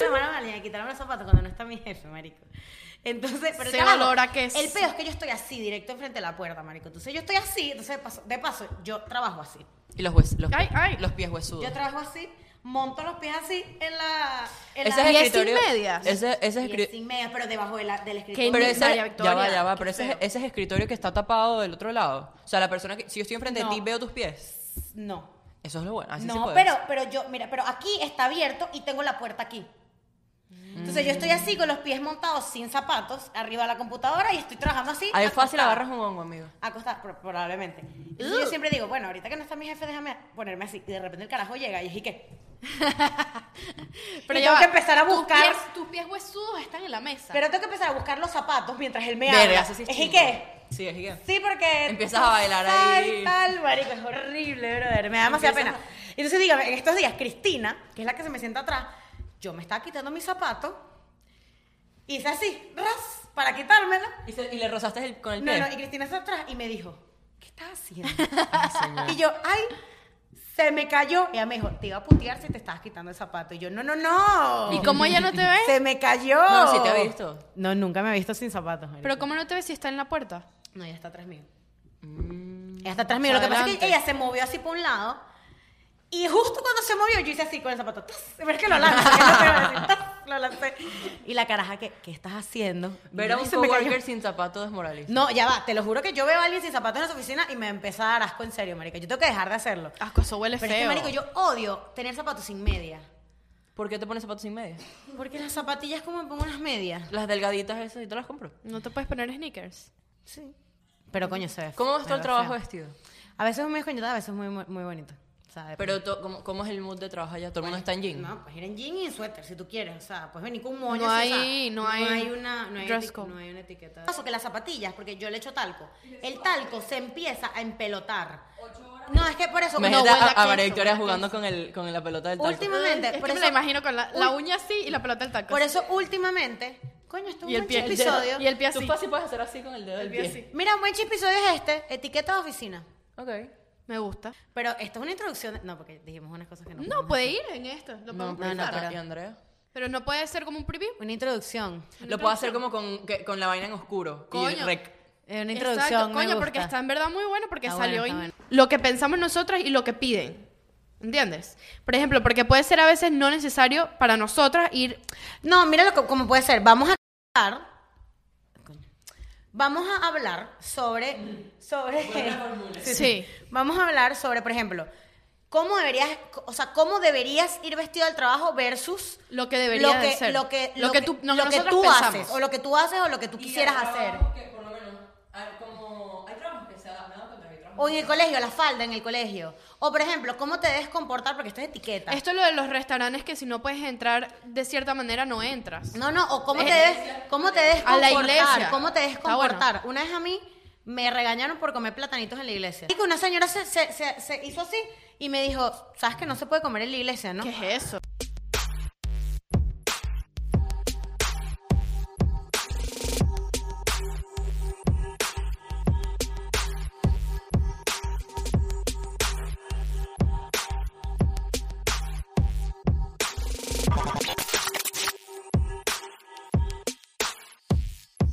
Me mandaron a alguien a quitarme los zapatos cuando no está mi jefe, marico. Entonces, pero el Se carajo, valora que es- El peor es que yo estoy así, directo enfrente de la puerta, marico. Entonces yo estoy así, entonces de paso, de paso yo trabajo así. Y los, hues- los, Ay, ay. los pies huesudos. Yo trabajo así, monto los pies así en la... En Ese la es Diez y escritorio. medias. Ese, ese es y es escri- sin medias, pero debajo de la- del escritorio. Pero Ni- ese, María ya va, Victoria, ya va, qué pero ese, feo. ese es escritorio que está tapado del otro lado. O sea, la persona que, si yo estoy enfrente No. de ti, veo tus pies. No. Eso es lo bueno. Así sí No, puedes. pero, pero yo, mira, pero aquí está abierto y tengo la puerta aquí. Entonces yo estoy así con los pies montados sin zapatos arriba de la computadora y estoy trabajando así. Ahí fácil acostada. agarras un hongo, amigo. Acostada, pro- probablemente. Entonces yo siempre digo, bueno, ahorita que no está mi jefe, déjame ponerme así. Y de repente el carajo llega y es y qué. Pero Y ya tengo va. que empezar a Tus buscar- pies- Tus pies huesudos están en la mesa. Pero tengo que empezar a buscar los zapatos mientras él me Verga, habla. eso sí es es y chimbo. qué. Sí, es que. Sí, porque. Empiezas a bailar ahí. Ay, tal, marico, es horrible, brother. Me da demasiada pena. Empiezas Entonces, dígame, en estos días, Cristina, que es la que se me sienta atrás, yo me estaba quitando mi zapato. Hice así, ras, para quitármelo. ¿Y, se- y le rozaste el- con el No, pie. no, y Cristina está atrás y me dijo, ¿qué estás haciendo? Ay, señor. Y yo, ay, se me cayó. Ella me dijo, te iba a putear si te estabas quitando el zapato. Y yo, no, no, no. ¿Y cómo ella no te ve? Se me cayó. No, sí te ha visto. No, nunca me ha visto sin zapatos. marico. Pero ¿cómo no te ves si está en la puerta? No, ella está atrás mío. Mm. Ella está atrás mío. Lo que pasa es que Adelante. ella se movió así por un lado. Y justo cuando se movió, yo hice así con el zapato. ¡tas! Pero es que lo lancé. es lo peor, así, ¡tas! lo lancé. Y la caraja, que ¿qué estás haciendo? Ver a Y un se me cayó. coworker sin zapatos desmoraliza. No, ya va. Te lo juro que yo veo a alguien sin zapatos en su oficina y me empieza a dar asco en serio, marica. Yo tengo que dejar de hacerlo. Asco, eso huele Pero es Ah, feo. que, marico, yo odio tener zapatos sin media. ¿Por qué te pones zapatos sin medias? Porque las zapatillas como me pongo unas medias. Las delgaditas esas, yo te las compro. No te puedes poner sneakers. Sí. Pero coño, se ve. ¿Cómo vas tú se al ve trabajo feo. vestido? A veces es muy escoñetada, a veces es muy, muy, muy bonito. O sea, depende. Pero to- ¿cómo, cómo es el mood de trabajo allá? Todo el mundo está en jean. No, pues ir en jean y en suéter, si tú quieres. O sea, puedes venir con un moño. No así, o sea, hay- no hay una, no hay, dress eti- code. no hay una etiqueta. Paso que las zapatillas, porque yo le echo talco. El talco se empieza a empelotar. No, es que por eso. Imagínate No, a, huele a a María queso, Victoria huele a jugando con, el, con la pelota del talco. últimamente, Es que por me la eso, imagino con la, la uña así y la pelota del taco. por e eso últimamente, coño, esto es Y un el buen pie- episodio. y el pie así. Tú fácil puedes hacer así con el dedo El del pie pie. así. Mira, un buen episodio es este, etiqueta de oficina. Ok. Me gusta. Pero esto es una introducción. de- No, porque dijimos unas cosas que no. No, podemos puede ir en esto. Lo No, podemos pero pensar. Nata- pero- ¿Y Andrea? Pero no puede ser como un preview. hacer. Una introducción. Lo puedo hacer como con, que- con la vaina en oscuro. Y Coño. rec. Eh, Una Exacto, introducción. me coño, porque gusta. está en verdad muy bueno porque Está salió bueno, in- está lo que pensamos nosotras y lo que piden. ¿Entiendes? Por ejemplo, porque puede ser a veces no necesario para nosotras ir. No, mira lo que, cómo puede ser. Vamos a hablar. coño. Vamos a hablar sobre. sobre Sí. Vamos a hablar sobre, por ejemplo, cómo deberías. O sea, cómo deberías ir vestido al trabajo versus. Lo que debería lo que, de ser. Lo que, Lo que tú- no, lo que nosotras tú pensamos. haces. O lo que tú haces o lo que tú quisieras hacer. por lo menos, como, hay trabajos que se adaptan a contra mi trabajo. O en el colegio, la falda en el colegio. O, por ejemplo, cómo te debes comportar, porque esto es etiqueta. Esto es lo de los restaurantes que si no puedes entrar de cierta manera no entras. No, no, o cómo Eh, te debes, cómo te debes a la comportar, iglesia. cómo te debes Está bueno. comportar. Una vez a mí me regañaron por comer platanitos en la iglesia. Y que una señora se, se- se- se hizo así y me dijo, sabes que no se puede comer en la iglesia, ¿no? ¿Qué es eso?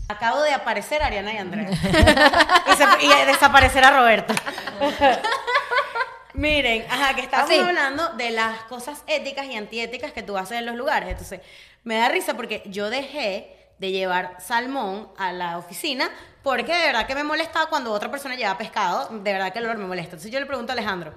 Acabo de aparecer Ariana y Andrea. y, se- y desaparecer a Roberta. Miren, ajá, que estábamos Así. hablando de las cosas éticas y antiéticas que tú haces en los lugares. Entonces, me da risa porque yo dejé de llevar salmón a la oficina porque de verdad que me molestaba cuando otra persona llevaba pescado. De verdad que el olor me molesta. Entonces, yo le pregunto a Alejandro,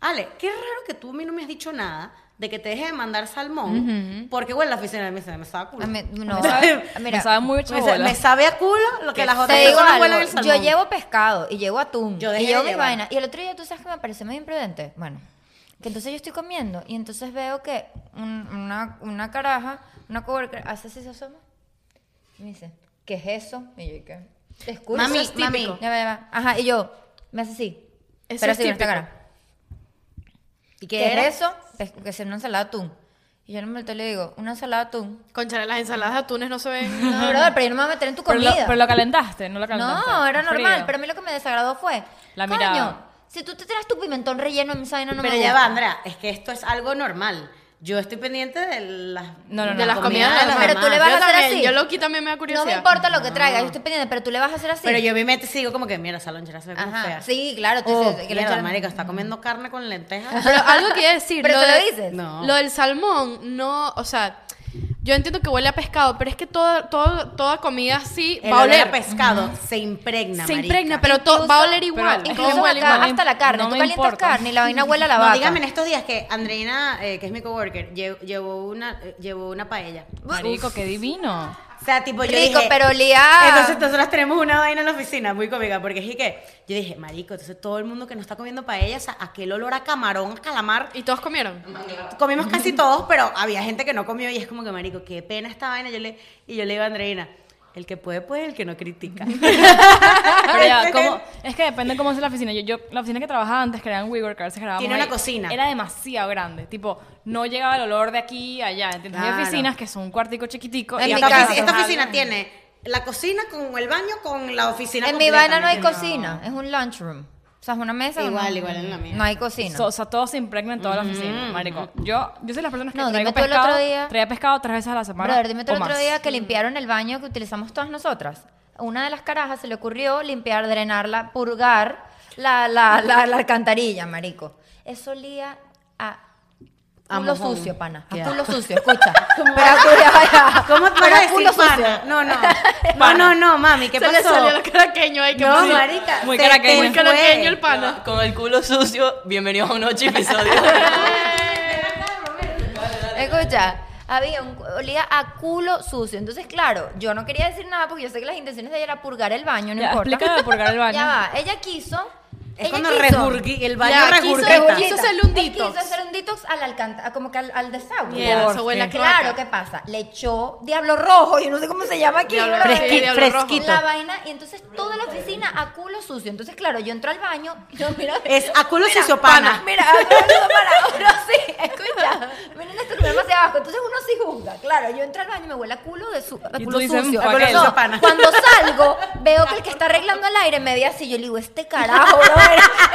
Ale, qué raro que tú a mí no me has dicho nada de que te deje de mandar salmón porque, bueno, la oficina me, me estaba culo. A mí- no. Me sabe, Mira, me sabe muy Me, sa- chabola. me sabe a culo lo que las otras Te digo personas algo, huelen el yo salmón. llevo pescado y llevo atún Yo dejé y llevo de mi llevar. vaina y el otro día tú sabes que me pareció muy imprudente bueno que entonces yo estoy comiendo y entonces veo que un- una, una caraja una coworker hace así se asoma y me dice ¿qué es eso? y yo ¿qué? te escucho Mami, Eso es mami. típico. Ya va, ya va. ajá y yo me hace así Eso pero es así con esta típico. cara ¿Y ¿qué, qué, es eso? Pes- que es una ensalada de atún y yo no me volteo y le digo una ensalada de atún Conchale, las ensaladas de atunes no se ven. no brother pero yo no me voy a meter en tu Pero comida lo, pero lo calentaste, no lo calentaste. No, era normal, Frío. pero a mí lo que me desagradó fue. La coño, mirada. si tú te traes tu pimentón relleno en mi vaina no Pero me ya gusta. va, Andrea, es que esto es algo normal. Yo estoy pendiente de las, No, no, no. de las comidas de las las mamás. Pero tú le vas yo a hacer también, así. Yo lo quito también me da curiosidad. No me importa lo que traigas, yo estoy pendiente, pero tú le vas a hacer así. Pero yo mi mente sigo como que, mira, esa lonchera se ve como Ajá, fea. sí, claro, tú Oh, dices que mierda, lonchera- marica, está comiendo carne con lentejas. Pero algo que iba a decir. Pero lo tú lo de- dices. No. Lo del salmón, no, o sea, yo entiendo que huele a pescado, pero es que toda, toda, toda comida así El va a olor oler. a pescado se impregna, Se marica. impregna, pero to- va a oler igual. pero- Es que Incluso huele acá, igual. hasta la carne, No tú me calientas importa. carne y la vaina huele a la No, vaca. dígame en estos días que Andreina, eh, que es mi coworker, lle- llevó una, eh, llevó una paella. Marico, qué divino. O sea, tipo, yo Rico, dije, pero olía- Entonces nosotros tenemos una vaina en la oficina, muy cómica, porque es que yo dije, marico, entonces todo el mundo que no está comiendo paella, o sea, aquel olor a camarón, a calamar, Y todos comieron. comimos casi todos, pero había gente que no comió y es como que, marico, qué pena esta vaina. Yo le, y yo le digo a Andreina, el que puede, puede, el que no critica. Pero ya, como- es que depende de cómo sea la oficina. Yo, yo- la oficina que trabajaba antes, que era en WeWork, que a veces grabábamos Tiene una ahí, cocina. Era demasiado grande. Tipo, no llegaba el olor de aquí a allá. ¿Entiendes? Hay Claro. oficinas que son un cuartico chiquitico. En mi y esta, aparte casa. ofici- son esta algo- oficina tiene la cocina con el baño con la oficina En mi completa, vaina no ¿me hay entiendes? cocina, es un lunchroom. O sea, es una mesa. Igual, con- igual en la mía. No hay cocina. so- o sea, todo se impregna en toda la oficina, marico. Yo, yo soy las personas que No, traigo dime tú el pescado. otro día. Traía pescado tres veces a la semana. Brother, dime tú o el otro más. día que limpiaron el baño que utilizamos todas nosotras. A Una de las carajas se le ocurrió limpiar, drenarla, purgar la, la, la, la alcantarilla, marico. Eso olía a A culo mojón. sucio, pana. Qué A culo asco. sucio, escucha. Pero a culo, ¿Cómo te vas pero a a decir culo sucio. pana? No, no. No, no, no, mami, ¿qué Se pasó? le salió el caraqueño ahí que No, pasó. marica. Muy se caraqueño. te Muy fue. caraqueño el pana. Con el culo sucio, bienvenidos a un ocho episodio. Escucha, había un, olía a culo sucio. Entonces, claro, yo no quería decir nada porque yo sé que las intenciones de ella era purgar el baño, no Ya, importa. explícame de purgar el baño. Ya va, ella quiso. Es ella cuando quiso- regurgi, el baño Ya, quiso- regurgita. quiso hacerle un detox. Quiso hacer un detox al alcant- como que al, al desagüe. Mierda, eso huele a Claro, cloaca. ¿qué pasa? Le echó Diablo Rojo, yo no sé cómo se llama aquí. Diablo ¿verdad? Rojo, Fresqui- Diablo Rojo. fresquito. La vaina, y entonces toda la oficina a culo sucio. Entonces, claro, yo entro al baño y yo, mira. Es a culo mira, sucio, pana. Mira, a culo sucio, pana. Uno sí, escucha. Miren esto que vemos hacia abajo. Entonces uno sí juzga. Claro, yo entro al baño y me huele a culo de su. A Y tú culo dices, sucio. ¿pa' qué? No, Sucio, pana. cuando salgo, veo que el que está arreglando el aire me ve así. Yo le digo, este carajo, bro,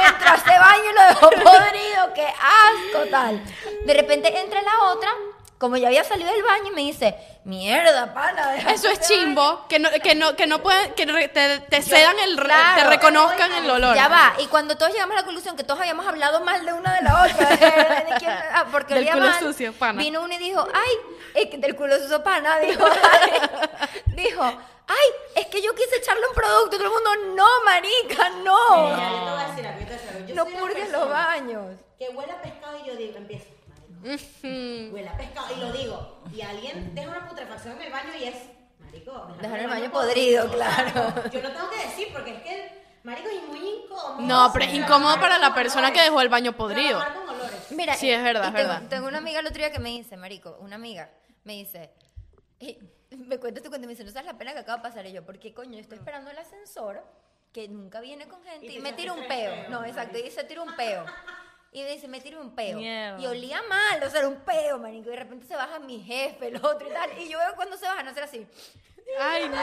entró a este baño y lo dejó podrido, qué asco, tal. De repente entra la otra, como ya había salido del baño, y me dice, mierda, pana. deja Eso es este baño". chimbo, que no, que no, que no pueden, que re- te, te cedan el, re- Claro. te reconozcan el olor. Ya va, y cuando todos llegamos a la conclusión que todos habíamos hablado mal de una de la otra, de- de quién- ah, porque Del olía culo mal, sucio, pana. vino uno y dijo, ay, es que del culo sucio pana, dijo, ay, dijo, ay, es que yo quise echarle un producto, y todo el mundo, no, marica, no, Mira, yo te voy a decir algo, yo te voy a decir algo. Yo no soy una purgues persona los baños. Que huele a pescado y yo digo, empiezo. marico, Huele a pescado y lo digo. Y alguien deja una putrefacción en el baño y es, marico, Dejar el baño podrido, claro. Yo lo tengo que decir porque es que, marico, es muy incómodo. No, pero es incómodo para la persona que dejó el baño podrido. Trabajar con olores. Mira, eh, Sí, es verdad, y es tengo, verdad. tengo una amiga el otro día que me dice, marico, una amiga, me dice, "Ey, me cuenta tu cuento, y me dice, no sabes la pena que acaba de pasar. Y yo, ¿por qué coño? Yo estoy esperando el ascensor, que nunca viene con gente, y, me tira un peo. no, exacto, y se tira un peo. Y me dice, me tira un peo. Mierda. Y olía mal, o sea, era un peo, marico. Y de repente se baja mi jefe, el otro y tal. Y yo veo cuando se baja, no será así. Ay, Y la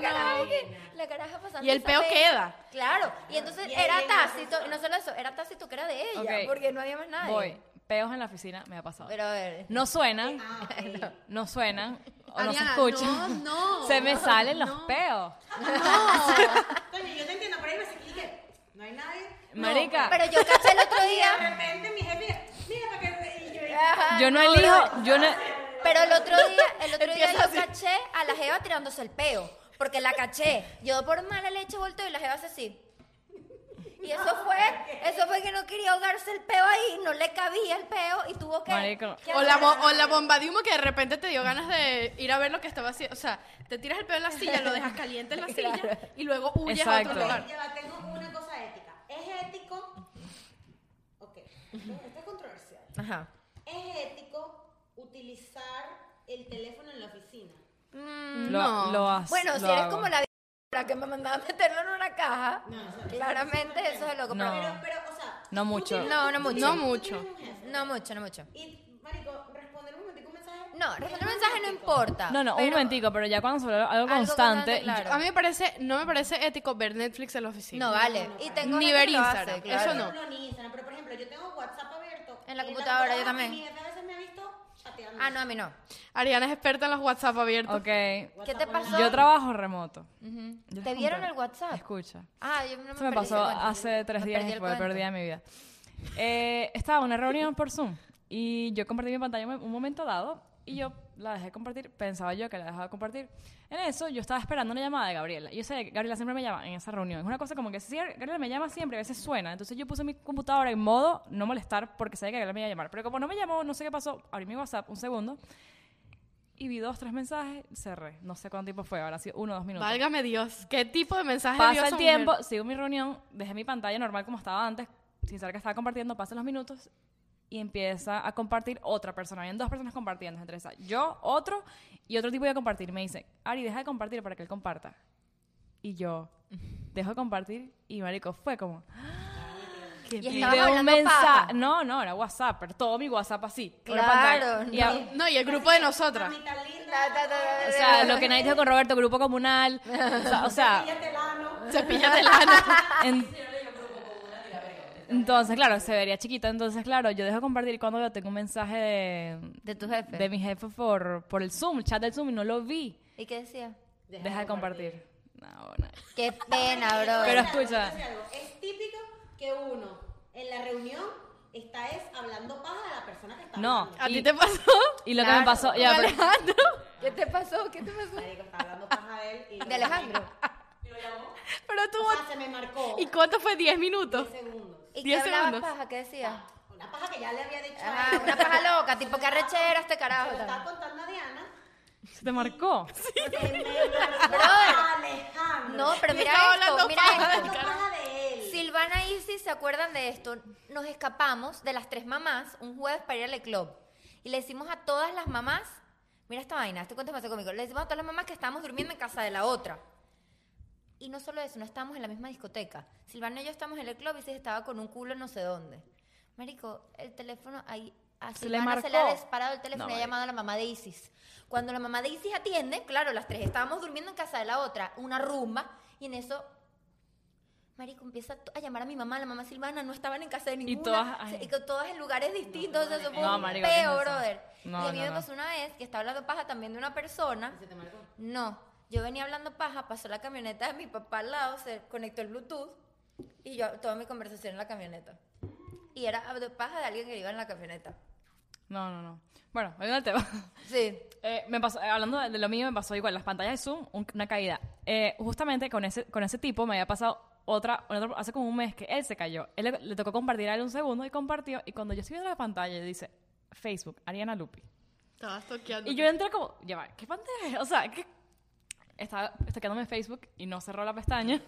caraja, no, no. que- la caraja pasando Y el esa peo pena. queda. Claro, y entonces era tácito, y no solo eso, era tácito que era de ella, Ok. porque no había más nadie. Voy. Peos en la oficina, me ha pasado. Pero a ver. No suenan, no suenan, o no se Ariana, escuchan. no, no, se me salen los peos. Coño, yo te entiendo, pero ahí me sentí que no hay nadie. Marica, Pero yo caché el otro De día. repente mi jefe, mira para que. Y yo, Ajá, yo no no, elijo, no. yo no... Pero el otro día, el otro día yo caché a la jeva tirándose el peo. Porque la caché. Yo por mala leche volteo y la jeva hace así. Y eso fue, eso fue que no quería ahogarse el peo ahí, no le cabía el peo y tuvo que. Marico. que O la, ahogar- bo- o la bomba de humo que de repente te dio ganas de ir a ver lo que estaba haciendo. O sea, te tiras el pelo en la silla, lo dejas caliente en la silla y luego huyes a Exacto. otro lugar. Ya va, tengo una cosa ética. ¿Es ético? Ok, esto esto es controversial. Ajá. ¿Es ético utilizar el teléfono en la oficina? Mm, Lo, lo haces. Bueno, lo si eres hago. como la vieja que me mandaba a meterlo en una caja, claramente eso es loco. No. pero- Pero, o sea, No mucho. no, no mucho. No mucho. No mucho, no mucho. y, marico, responder un momentico un mensaje. No, responder mensaje no importa. No, no, un pero- momentico, pero ya cuando se vuelve algo Algo constante, constante, claro. A mí me parece, no me parece ético ver Netflix en la oficina. No vale. Y tengo Ni gente ver que lo hace, Instagram, claro. eso no. ni Instagram, pero por ejemplo, yo tengo WhatsApp abierto. En la computadora, yo y también. Mi jefe a veces me ha visto Ah, no, a mí no. Ariana es experta en los WhatsApp abiertos. Ok. ¿Qué te pasó? Yo trabajo remoto. Yo les ¿Te vieron conté. el WhatsApp? Escucha. Ah, yo no Eso me perdí el pasó cuento. hace tres Me días perdí el después, cuento. perdí de mi vida. Eh, estaba en una reunión por Zoom y yo compartí mi pantalla un momento dado y yo la dejé compartir, pensaba yo que la dejaba compartir. En eso yo estaba esperando una llamada de Gabriela. Yo sé que Gabriela siempre me llama en esa reunión. Es una cosa como que si Gabriela me llama siempre, a veces suena. Entonces yo puse mi computadora en modo no molestar porque sabía que Gabriela me iba a llamar. Pero como no me llamó, no sé qué pasó, abrí mi WhatsApp un segundo y vi dos, tres mensajes, cerré. No sé cuánto tiempo fue, ahora sido uno o dos minutos. Válgame Dios, ¿qué tipo de mensaje Pasa el tiempo, sigo mi reunión, dejé mi pantalla normal como estaba antes, sin saber que estaba compartiendo, pasan los minutos y empieza a compartir otra persona. Habían dos personas compartiendo, entre esas. Yo, otro, y otro tipo iba a compartir. Me dice, Ari, deja de compartir para que él comparta. Y yo, dejo de compartir y Marico fue como... Y y estabas de un hablando paja. mensaje. No, no, era WhatsApp, pero todo mi WhatsApp así. con la Claro, pantalla. Y no. a- No, y el grupo de nosotras. Mamita linda. Ta, ta, ta, ta, ta, o sea, ta. lo que nadie dijo con Roberto, grupo comunal. O sea, o sea Ella te la no. Cepillate el ano. En- Entonces, claro, se vería chiquita. Entonces, claro, yo dejo de compartir cuando veo, tengo un mensaje de, De tu jefe. de mi jefe por, por el Zoom, el chat del Zoom, y no lo vi. ¿Y qué decía? Deja, de compartir. Ah, No, no. Qué pena, bro. Pero Mira, escucha. te voy a decir algo. Es típico que uno en la reunión está es hablando paja de la persona que está No. hablando. ¿A Y- ti te pasó? Y lo que me Claro. pasó, ya, Con pero- Alejandro. ¿Qué te pasó? ¿Qué te pasó? Marico, está hablando paja de él. Y De Alejandro. Pero tú. O sea, Ah, se me marcó ¿Y cuánto fue? ¿10 minutos? 10 segundos. ¿Y qué Diez hablaba segundos. paja? ¿Qué decía? Una paja que ya le había dicho a Ajá, él. una paja loca, tipo que arrechera este Se carajo. lo estaba también. contando a Diana. se te marcó. Se me marcó Brother. Alejandro. No, pero Y mira estaba esto, hablando mira paja esto. del Hablando paja de él. Silvana y Isis se acuerdan de esto. Nos escapamos de las tres mamás un jueves para ir al club. Y le decimos a todas las mamás, mira esta vaina, este cuento me hace conmigo. Le decimos a todas las mamás que estábamos durmiendo en casa de la otra. Y no solo eso, no estábamos en la misma discoteca. Silvana y yo estábamos en el club y Isis estaba con un culo no sé dónde. Marico, el teléfono ahí. A Se le Silvana se le ha marcó. disparado el teléfono No, y ha marico. llamado a la mamá de Isis. Cuando la mamá de Isis atiende, claro, las tres estábamos durmiendo en casa de la otra, una rumba, y en eso Marico, empieza a llamar a mi mamá, la mamá Silvana, no estaban en casa de ninguna. todas- ay. se- y con todas en lugares distintos, eso fue no, un marico, ¿qué es peo, eso? brother. No, y a mí no, me no. pasó una vez que estaba hablando paja también de una persona. No, yo venía hablando paja, pasó la camioneta de mi papá al lado, se conectó el Bluetooth y yo toda mi conversación en la camioneta. Y era de paja de alguien que iba en la camioneta. No, no, no. Bueno, volviendo al tema. Sí. Eh, me pasó, eh, hablando de, de lo mío, me pasó igual. Las pantallas de Zoom, un- una caída. Eh, justamente con ese, con ese tipo me había pasado otra, otra- hace como un mes que él se cayó. Él le, le tocó compartir a él un segundo y compartió. Y cuando yo estoy viendo la pantalla, dice Facebook, Ariana Lupi. Estabas toqueando. Y yo entré como, ya va, ¿qué pantalla? es? O sea, ¿qué? Estaba estoqueándome en Facebook y no cerró la pestaña.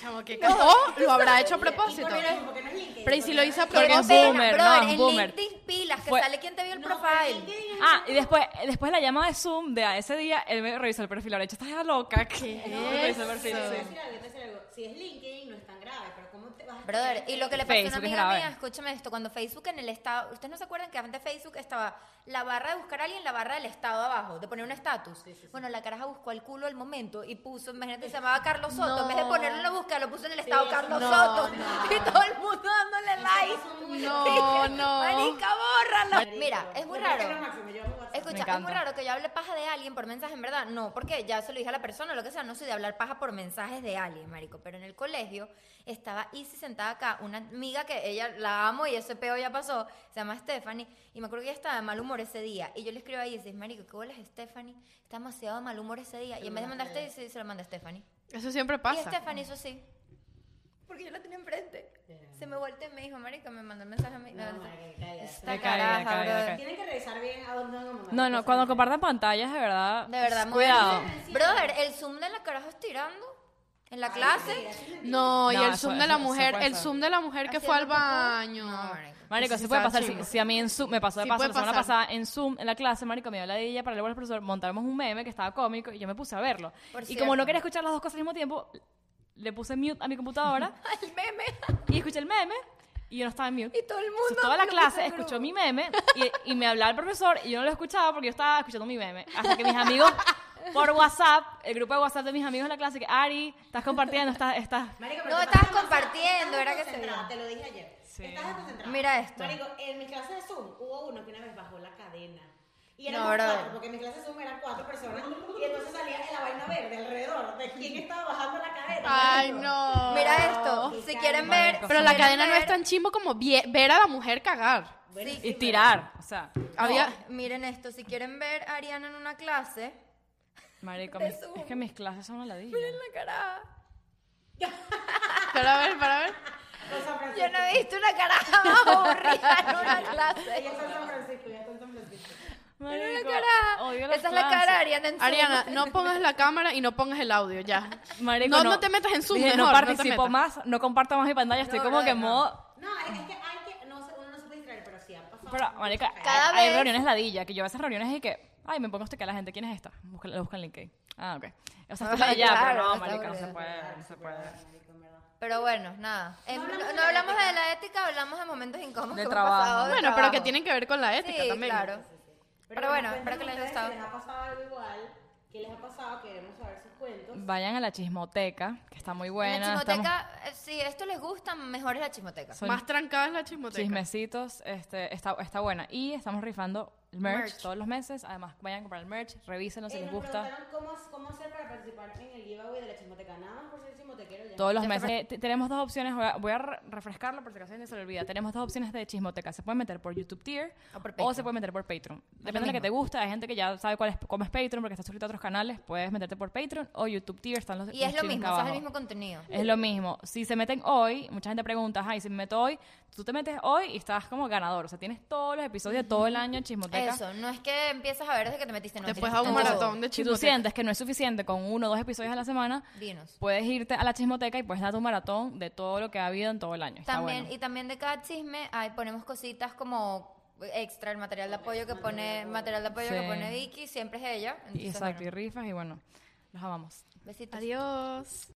Chamo, ¿qué O lo habrá hecho a propósito. Porque no es LinkedIn. Pero y si lo hizo a Qué Porque propósito. es boomer, brother, no, en boomer. LinkedIn pilas, que Fue- sale quien te vio el profile. Ah, y después, después de la llamada de Zoom de ese día, él me revisó el perfil. Ahora, hecho, estás loca. ¿Qué? Revisó el perfil, Te voy a sí. decir algo, te voy a decir algo. Si es LinkedIn no es tan grave, pero ¿cómo te vas a Brother, y lo que le pasó a Facebook una es amiga grave. mía, escúchame esto, cuando Facebook en el estado, ustedes no se acuerdan que antes Facebook estaba la barra de buscar a alguien, la barra del estado abajo, de poner un estatus. Bueno, la caraja buscó al culo al momento y puso, imagínate, se llamaba Carlos Soto, en vez de ponerlo en la búsqueda, lo puso en el estado Carlos no, Soto. Y todo el mundo dándole like. No, no. Marica, bórralo. Mira, es muy Yo creo que raro. lo máximo, yo hago WhatsApp. Me Escucha, es encanta. muy raro que yo hable paja de alguien por mensaje, en verdad. No, porque ya se lo dije a la persona, lo que sea, no soy de hablar paja por mensajes de alguien, marico. Pero en el colegio estaba Isi sentada acá, una amiga que ella la amo y ese peo ya pasó, se llama Stephanie, y me acuerdo que ella estaba de mal humor ese día. Y yo le escribo a Isis, marico, ¿qué bolas, Stephanie? Está demasiado de mal humor ese día. Y en vez de mandarte Isis, se lo mandé a Stephanie. Eso siempre Y este pasa. Stephanie hizo así. Porque yo la tenía enfrente. Se me volteó y me dijo, marico, me mandó el mensaje a mí. No, marica, cállate. Esta Me caí, me caraja, caí, me brother. caí. Tienen que revisar bien a dónde van a mandar. No, no, cuando compartan pantallas, de verdad. De verdad, Pues, cuidado. muy- Brother, el Zoom de la carajo estirando en la clase. No, y No, el eso- zoom de la eso- eso mujer, puede el ser. zoom de la mujer que Haciendo fue al popó. baño. No, marico. Marico, Eso si sí puede está pasar. chimbo. Si, si a mí en Zoom, me pasó de Sí paso puede la semana pasar. pasada en Zoom, en la clase, marico, me dio la dilla para hablar al profesor, montamos un meme que estaba cómico y yo me puse a verlo. Por y cierto. como no quería escuchar las dos cosas al mismo tiempo, le puse mute a mi computadora El meme. y escuché el meme y yo no estaba en mute. Y todo el mundo Entonces, toda la lo clase puso en escuchó grupo. mi meme y, y me hablaba el profesor y yo no lo escuchaba porque yo estaba escuchando mi meme. Hasta que mis amigos por WhatsApp, el grupo de WhatsApp de mis amigos de la clase, que Ari, estás compartiendo, estás, estás Marico, No, te estabas pasa demasiado, compartiendo, estás era que se desconcentrada, vio. Te lo dije ayer. Estás desconcentrada. Mira esto. Marico, en mis clases de Zoom hubo uno que una vez bajó la cadena. Y eran No, bro. cuatro, porque en mis clases de Zoom eran cuatro personas. Y entonces salía la vaina verde alrededor de quién estaba bajando la cadena. Ay, marico. no. Oh, Mira esto, si quieren ver. Pero si la quieren cadena no ver- es tan chimbo como vie- ver a la mujer cagar. Sí, y tirar. O sea, no, Había- miren esto, si quieren ver a Ariana en una clase, marico, Te mis- subo. es que mis clases son una ladilla. miren la cara. Para ver, para ver. Con San Francisco. Yo no he visto una cara más aburrida en una Y clase. está en San Francisco, ya está en San Francisco. Miren Marico, la cara. odio Esa las es la clases. cara de Ariana en Zoom. Ariana, no pongas la cámara y no pongas el audio ya. Marico, no, no, te metas en Zoom, Dije, mejor, no no te participo metas. más, no comparto más mi pantalla, estoy No, como que en brother, no. modo... No, es es que hay que. No, sé, uno no se puede distraer, pero sí ha pasado. Pero, mucho marica, que- Cada hay, hay vez- reuniones ladilla, que yo a veces reuniones y que, ay, me pongo a que a la gente, ¿quién es esta? Busca, la busca en LinkedIn. Ah, ok. O sea, está Ah, ladilla, claro, pero no, está marica, no se aburrida. puede, no se puede. marico, en verdad. Pero bueno, nada. Em, no, hablamos de no la hablamos ética. de la ética, hablamos de momentos incómodos. que De hemos trabajo. pasado de Bueno, pero trabajo. que tienen que ver con la Este ética Sí, también. claro. Pero bueno, espero que les haya cuéntenos gustado. ustedes si les ha pasado algo igual. ¿Qué les ha pasado? Queremos saber sus cuentos. Vayan a la chismoteca, que está muy buena. en la estamos- chismoteca, eh, si esto les gusta, mejor es la chismoteca. Son Más trancada es la chismoteca. chismecitos, este, está, está buena. Y estamos rifando el merch, Merch. todos los meses. Además, vayan a comprar el merch, revísenlo si Eh, les nos gusta. preguntaron cómo, cómo hacer para participar en el giveaway de la chismoteca. Nada más por ser chismotequero ya. Todos los Ya está meses. Eh, te- tenemos dos opciones. Voy a, voy a re- refrescarlo por si acaso alguien se le olvida. Tenemos dos opciones de chismoteca. Se pueden meter por YouTube Tier O por se Patreon. pueden meter por Patreon. Depende de la mismo. que te gusta. Hay gente que ya sabe cuál es, cómo es Patreon porque está suscrito a otros canales. Puedes meterte por Patreon o YouTube Tier. Están los Y es los lo links mismo, o sea, abajo. es el mismo contenido. Es lo mismo. Si se meten hoy, mucha gente pregunta, ay, si me meto hoy, tú te metes hoy y estás como ganador. O sea, tienes todos los episodios de todo el año en Chismoteca. Eso, no es que empiezas a ver desde que te metiste. No, Después tienes a un todo. maratón de Si tú chismoteca. sientes que no es suficiente con uno o dos episodios a la semana, Dinos. puedes irte a la chismoteca y puedes dar tu maratón de todo lo que ha habido en todo el año. Está También, bueno. Y también de cada chisme ahí ponemos cositas como extra, el material de apoyo que pone, material de apoyo que Sí. pone Vicky, siempre es ella. Y entonces, Exacto, y bueno, rifas y bueno, los amamos. besitos. Adiós.